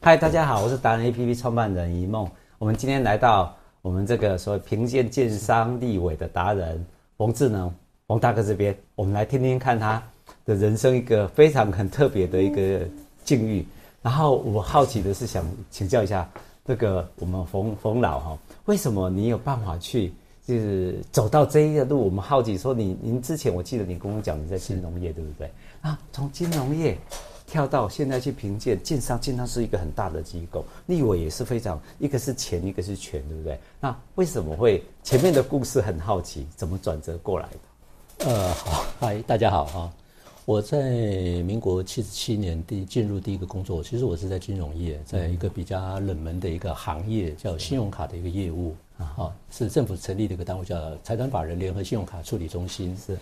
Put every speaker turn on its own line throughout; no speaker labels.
嗨，大家好，我是达人 APP 创办人一梦。我们今天来到我们这个所谓评鉴建商立委的达人冯志能，冯大哥这边，我们来听听看他的人生一个非常很特别的一个境遇。然后我好奇的是想请教一下这个我们冯冯老哈、为什么你有办法去就是走到这一个路？我们好奇说你您之前我记得你跟我讲你在金融业对不对？啊，从金融业跳到现在去评鉴建商，建商是一个很大的机构，立委也是非常，一个是钱，一个是权，对不对？那为什么会前面的故事很好奇，怎么转折过来的？
呃，好，嗨，大家好啊！我在民国七十七年第进入第一个工作，其实我是在金融业，在一个比较冷门的一个行业，叫信用卡的一个业务啊，是政府成立的一个单位，叫财团法人联合信用卡处理中心。
是，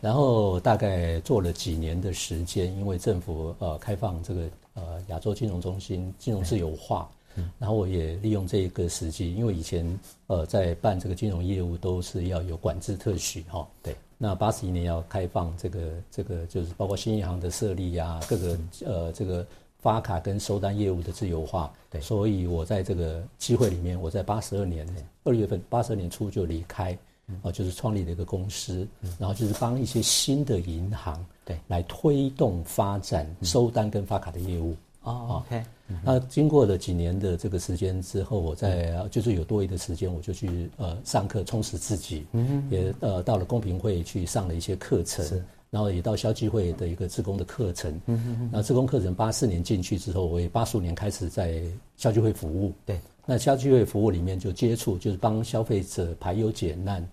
然后大概做了几年的时间，因为政府呃开放这个呃亚洲金融中心金融自由化，然后我也利用这一个时机，因为以前呃在办这个金融业务都是要有管制特许哈、
对，
那八十一年要开放这个这个就是包括新银行的设立啊，各个呃这个发卡跟收单业务的自由化。
对
所以我在这个机会里面，我在八十二年二月份八十二年初就离开，
嗯
啊，就是创立了一个公司，然后就是帮一些新的银行
对嗯
来推动发展收单跟发卡的业务。
哦，OK，
那经过了几年的这个时间之后，我在就是有多余的时间，我就去呃上课充实自己，也呃到了公平会去上了一些课程，然后也到消基会的一个志工的课程。那志工课程八四年进去之后，我也八五年开始在消基会服务。
对，
那消基会服务里面就接触，就是帮消费者排忧解难，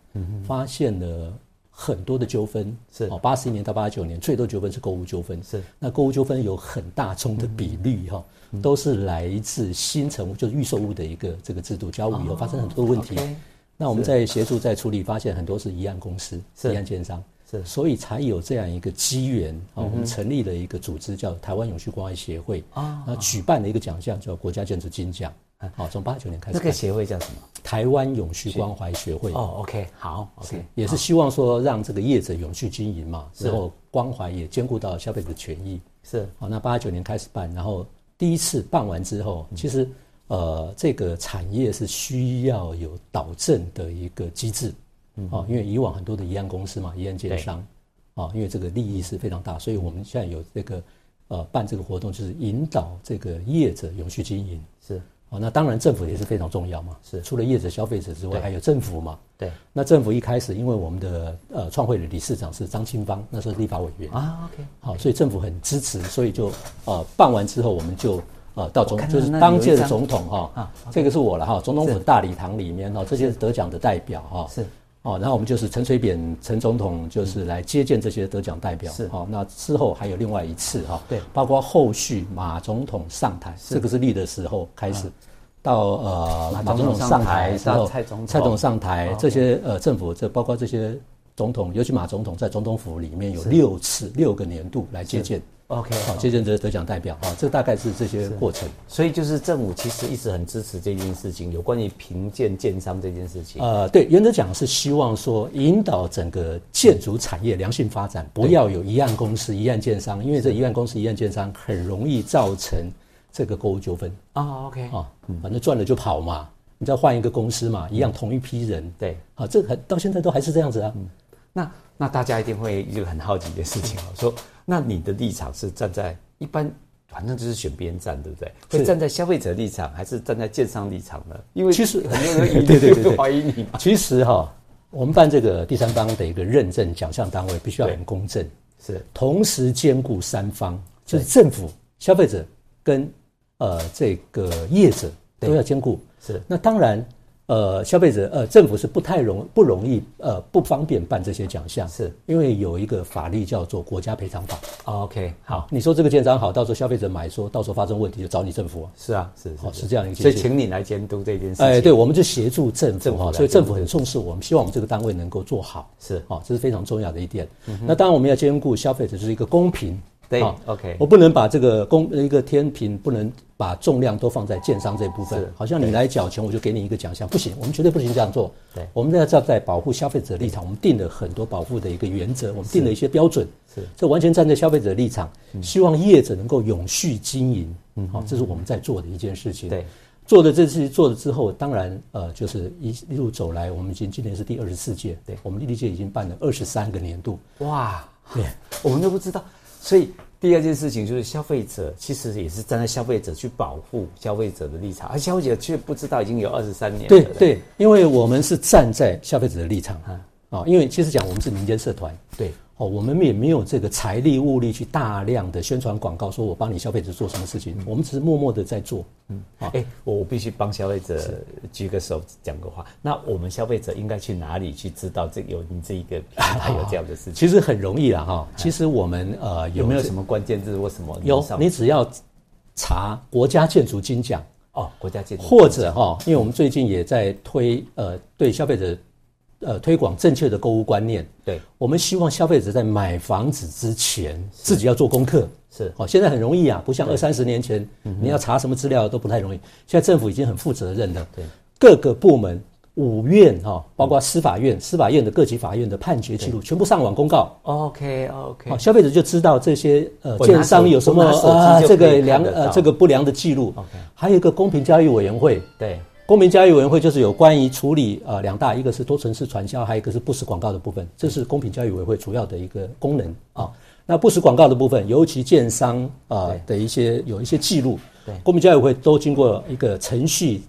发现了。很多的纠纷
嗯是
哦，八十一年到八九年最多纠纷是购物纠纷，
是嗯
那购物纠纷有很大宗的比率哈、都是来自新成屋，就是预售屋的一个这个制度交屋以后发生很多问题。
哦 OK，
那我们在协助在处理，发现很多是一案公司、
是
一案建商，
是嗯
所以才有这样一个机缘啊、我们成立了一个组织叫台湾永续关爱协会
哦
啊，那举办了一个奖项叫国家建筑金奖，好，从八九年开始
啊那
办，
个协会叫什么？
台湾永续关怀协会
哦，OK，好，OK，
也是希望说让这个业者永续经营嘛，之后关怀也兼顾到消费者权益。
是
好，哦那八九年开始办，然后第一次办完之后，其实呃，这个产业是需要有导正的一个机制，哦，因为以往很多的一案公司嘛，一案建商，哦，因为这个利益是非常大，所以我们现在有这个呃办这个活动，就是引导这个业者永续经营。
是，
哦，那当然政府也是非常重要嘛，
是
除了业者、消费者之外，还有政府嘛。
对
那政府一开始，因为我们的呃创会的理事长是张清芳，那时候立法委员，
啊，OK，
好，所以政府很支持，所以就呃办完之后，我们就呃到总
我看到
就是
那里
当
有一
届的
张
总统哈，
啊
这个是我了哈，总统府大礼堂里面哈，这些是得奖的代表哈，
是
哦，然后我们就是陈水扁陈总统就是来接见这些得奖代
嗯
表，
是
好、那之后还有另外一次哈、
对
包括后续马总统上台，这个是立的时候开始。到呃，
啊马
马
总
总
统
统
上
上
台
台之后，
到蔡总统哦
上台，这些呃政府这包括这些总统，尤其马总统在总统府里面有六次六个年度来接见，
，OK，
好、接见这得奖代表啊、这大概是这些过程。
所以就是政府其实一直很支持这件事情，有关于评鉴建商这件事情。
呃，对，原则讲是希望说引导整个建筑产业良性发展，不要有一案公司、一案建商，因为这一案公司、一案建商很容易造成这个购物纠纷
哦，OK，
啊，反正赚了就跑嘛，你再换一个公司嘛，一样同一批人，
对。
啊，这个还到现在都还是这样子啊。
那那大家一定会就很好奇一件事情哦，
嗯
说那你的立场是站在一般，反正就是选边站，对不对？
是
会站在消费者立场，还是站在建商立场呢？因为
其实
很多 人
对对对
会
对
怀疑你嘛。
其实哈、我们办这个第三方的一个认证奖项单位，必须要很公正，
是
同时兼顾三方，就是政府、消费者跟呃这个业者都要兼顾。
是
那当然，呃，消费者呃，政府是不太容不容易呃不方便办这些奖项，
是
因为有一个法律叫做国家赔偿法。
，OK，好，
你说这个建商好，到时候消费者买说，到时候发生问题就找你政府啊。
是啊，是
哦是这样一个
所以
界限
请你来监督这件事情。
哎，对，我们就协助政
政
府
府
哈，
来
所以政府很重视我们，希望我们这个单位能够做好，
是嗯
哦，这是非常重要的一点。那当然我们要兼顾消费者就是一个公平
对
好
，OK
我不能把这个公一个天平不能把重量都放在建商这一部分
是，
好像你来缴钱我就给你一个奖项，不行，我们绝对不行这样做。
对
我们要站在保护消费者立场，我们定了很多保护的一个原则，我们定了一些标准，
是嗯
这完全站在消费者立场，希望业者能够永续经营，嗯，好，这是我们在做的一件事情。
对。
做了这次做了之后，当然呃，就是一一路走来，我们已经今年是第二十四届，
对
我们丽丽界已经办了二十三个年度，
哇，我们都不知道。所以第二件事情就是消费者其实也是站在消费者去保护消费者的立场，而消费者却不知道已经有二十三年了。
对对，因为我们是站在消费者的立场啊、哦，因为其实讲我们是民间社团，
对
哦，我们也没有这个财力物力去大量的宣传广告，说我帮你消费者做什么事
嗯
情，我们只是默默的在做，嗯，
哎、我我必须帮消费者举个手讲个话。那我们消费者应该去哪里去知道这有你这一个平台有这样的事情？
其实很容易啦哈、其实我们呃
嗯有没有
这
什么关键字或什么？
有
上
你只要查国家建筑金奖。
哦，国家建筑
或者哈、因为我们最近也在推呃对消费者呃推广正确的购物观念，
对
我们希望消费者在买房子之前自己要做功课。
是
哦，现在很容易啊，不像二三十年前，
嗯
你要查什么资料都不太容易。现在政府已经很负责任了，
对
各个部门、五院哈、包括司法院、司法院的各级法院的判决记录，全部上网公告。
OK OK，
好，消费者就知道这些呃
我拿
建商有什么
手我拿手机就可
这
以
个
看
良
得
呃
到
这个不良的记录
OK。
还有一个公平交易委员会，
对
公民交易委员会就是有关于处理呃两大，一个是多层次传销，还有一个是不实广告的部分，这是公平交易委员会主要的一个功能啊。那不实广告的部分，尤其建商啊、呃的一些有一些记录，
对
公民交易委员会都经过一个程序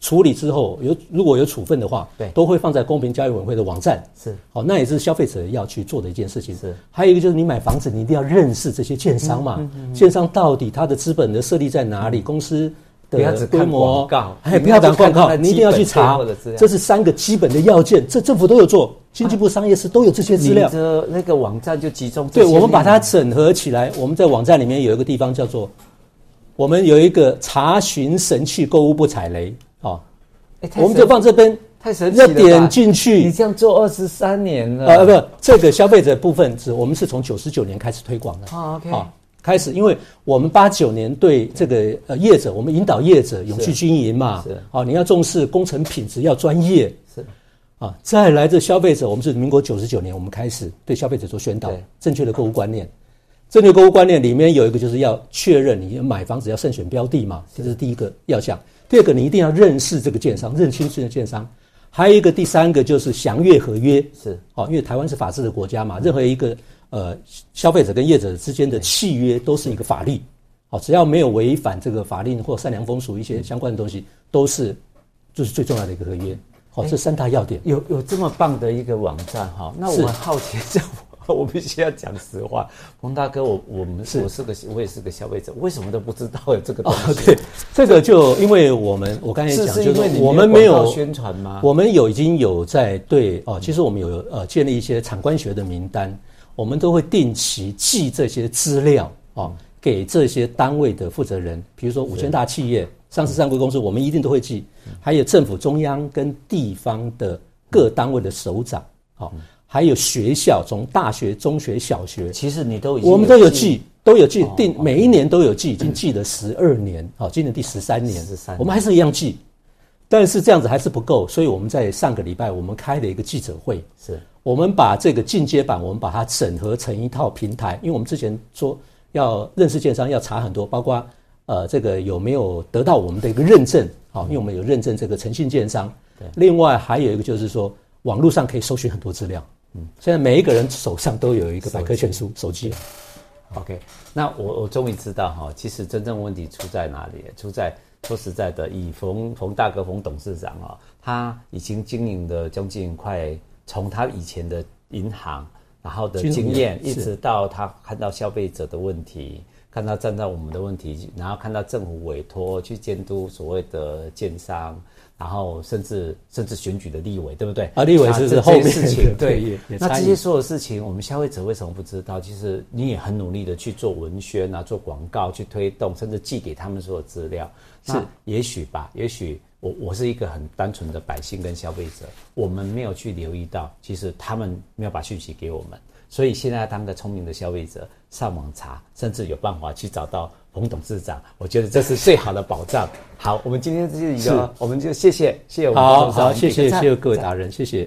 处理之后，有如果有处分的话，
对
都会放在公平交易委员会的网站。
是
好、那也是消费者要去做的一件事情。
是，嗯
还有一个就是你买房子，你一定要认识这些建商嘛，建商到底它的资本的设立在哪里，公司
不要
的
只
规
看广
模
告
哎，
你
不要
要去
打广
看它
告，
的
你一定要
基
去
本
查
背后的资料，
这是三个基本的要件，这政府都有做，经济部商业司都有这些资
你
料。
的那个网站就集中这
对，
些
我们把它
内
整合起来，我们在网站里面有一个地方叫做，我们有一个查询神器，购物不踩雷啊、哦，
容，哎太
我们
神
就放这边，
太神奇
要
了吧，
点进去，
你这样做二十三年了，
呃，不，这个消费者部分是我们是从九十九年开始推广的。
啊，OK
开始，因为我们八九年对这个呃业者，我们引导业者永续经营嘛，
是
好、你要重视工程品质，要专业
是
啊。再来，这消费者，我们是民国九十九年，我们开始对消费者做宣导
对，
正确的购物观念。正确购物观念里面有一个就是要确认你买房子要慎选标的嘛，这是第一个要项。第二个，你一定要认识这个建商，认清这个建商。还有一个，第三个就是详阅合约，
是
哦，因为台湾是法治的国家嘛，任何一个呃消费者跟业者之间的契约都是一个法律，哦，只要没有违反这个法令或善良风俗一
嗯
些相关的东西，都是就是最重要的一个合约。哦，
哎
这三大要点。
有有这么棒的一个网站哈，那我
是
们好奇 一下，我我必须要讲实话，彭大哥，我我们
是
我是个我也是个消费者，为什么都不知道有这个东
哦
西？，
对，这个就因为我们我刚才
是
讲，
是
就
因为
是
你
我们没
广告
有
宣传吗？
我们有已经有在对哦，其实我们有呃建立一些产官学的名单，我们都会定期寄这些资料哦给这些单位的负责人，比如说五千大企业、上市上柜公司，我们一定都会寄，还有政府中央跟地方的各单位的首长，哦，还有学校，从大学、中学、小学，
其实你都已经
我们都有寄，都有寄，定每一年都有寄，已经寄了十二年，好，今年第嗯十三年，
13年
我们还是一样寄，但是这样子还是不够，所以我们在上个礼拜我们开了一个记者会，
是
我们把这个进阶版，我们把它整合成一套平台，因为我们之前说要认识建商要查很多，包括呃这个有没有得到我们的一个认证，好、因为我们有认证这个诚信建商，另外还有一个就是说网络上可以搜寻很多资料，嗯，现在每一个人手上都有一个百科全书手机。
OK，那我我终于知道哈，其实真正问题出在哪里？出在说实在的，以冯冯大哥冯董事长啊，他已经经营了将近快从他以前的银行，然后的
金融
经
业
验，一
是
直到他看到消费者的问题，看到站在我们的问题，然后看到政府委托去监督所谓的建商。然后甚至甚至选举的立委，对不对？
啊立委
那
是
这
是后
这些
面
事
的
情，
对也也
那
参
这
与
些所有事情，我们消费者为什么不知道？其实你也很努力的去做文宣啊，做广告，去推动，甚至寄给他们所有资料。那也许吧，也许我我是一个很单纯的百姓跟消费者，我们没有去留意到，其实他们没有把讯息给我们，所以现在当个聪明的消费者上网查，甚至有办法去找到彭董事长，我觉得这是最好的保障。好，我们今天这一
是
个，我们就谢谢谢谢我们
好
董事长
好，谢谢
我们给个
谢
赞
谢各位
赞
达人，谢谢。